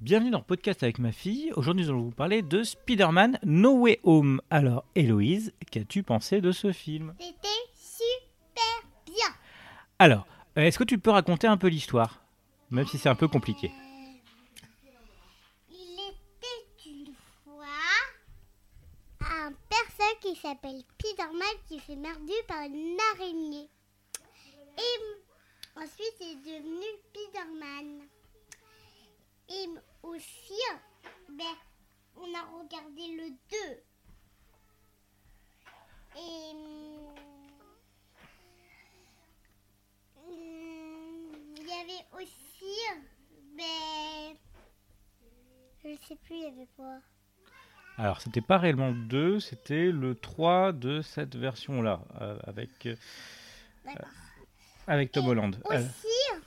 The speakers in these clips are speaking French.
Bienvenue dans le podcast avec ma fille. Aujourd'hui, nous allons vous parler de Spider-Man No Way Home. Alors, Héloïse, qu'as-tu pensé de ce film C'était super bien. Alors, euh, est-ce que tu peux raconter un peu l'histoire Même si c'est un peu compliqué. Il était une fois un personnage qui s'appelle Spiderman qui s'est mordu par une araignée. Et m- ensuite, il est devenu Spiderman. Et m- aussi, ben, on a regardé le 2. Et. mm, mm, Il y avait aussi. Ben, je sais plus, il y avait quoi Alors, c'était pas réellement le 2, c'était le 3 de cette version-là, euh, avec, euh, D'accord. avec Tom Holland. Euh, Aussi,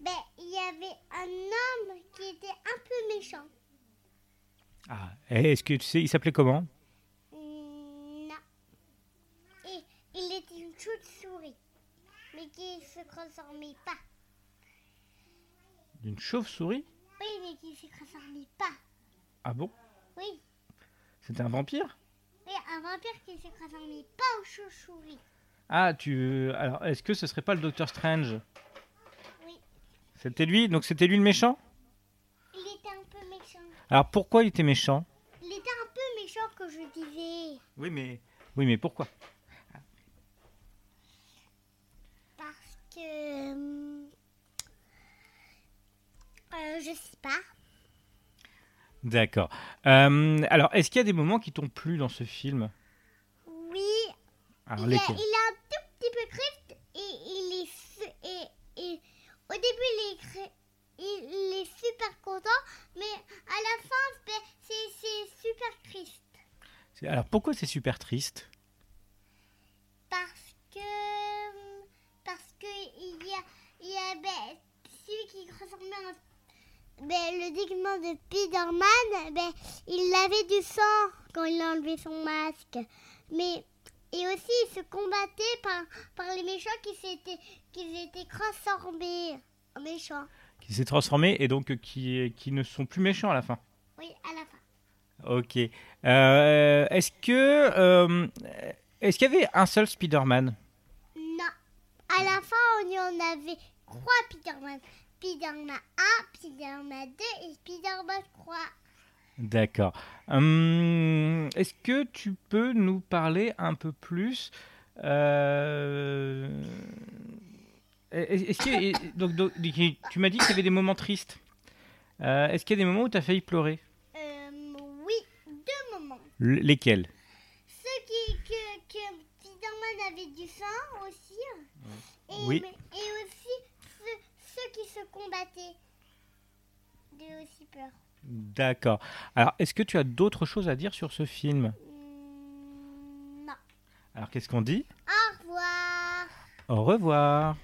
ben, il y avait un homme qui était un peu méchant. ah, et est-ce que tu sais, il s'appelait comment Hmm, Non. Et il était une chauve-souris, mais qui se transformait pas. D'une chauve-souris Oui, mais qui se transformait pas. Ah bon Oui, C'était un vampire oui, un vampire qui se transformait pas en chauve-souris. Ah, tu. Alors, est-ce que ce serait pas le Docteur Strange Oui. C'était lui Donc, c'était lui le méchant Il était un peu méchant. Alors pourquoi il était méchant Il était un peu méchant que je disais. Oui mais oui mais pourquoi Parce que. hmm, euh, je sais pas. D'accord. Euh, alors est-ce qu'il y a des moments qui t'ont plu dans ce film Oui, Alors Il, a, lesquels il a un tout petit peu crypte et il est su- et, et- au début il est cri- il, il est super content mais à la fin ben, c'est c'est super triste C'est- Alors pourquoi c'est super triste parce que parce que il y a il y a ben, celui qui ressemblait en ben, le déguisement de Spiderman ben, il avait du sang quand il a enlevé son masque mais et aussi il se combattait par, par les méchants qui s'étaient qui étaient transformés en méchants Qui s'est transformé et donc euh, qui qui ne sont plus méchants à la fin. oui à la fin Ok. Euh, est-ce que euh, est-ce qu'il y avait un seul Spider-Man non à la fin on y en avait trois Spiderman Spiderman 1 Spiderman 2 et Spiderman 3 D'accord. Hum, est-ce que tu peux nous parler un peu plus euh, est- est-ce qu'il y a- donc, donc, tu m'as dit qu'il y avait des moments tristes. Euh, est-ce qu'il y a des moments où tu as failli pleurer Euh, oui, deux moments. Lesquels Ceux qui, que, que Spider-Man avait du sang aussi. hein. Et, Oui. mais- et aussi ceux, ceux qui se combattaient. De aussi peur. D'accord. Alors, est-ce que tu as d'autres choses à dire sur ce film Hmm, non. Alors, qu'est-ce qu'on dit Au revoir. Au revoir.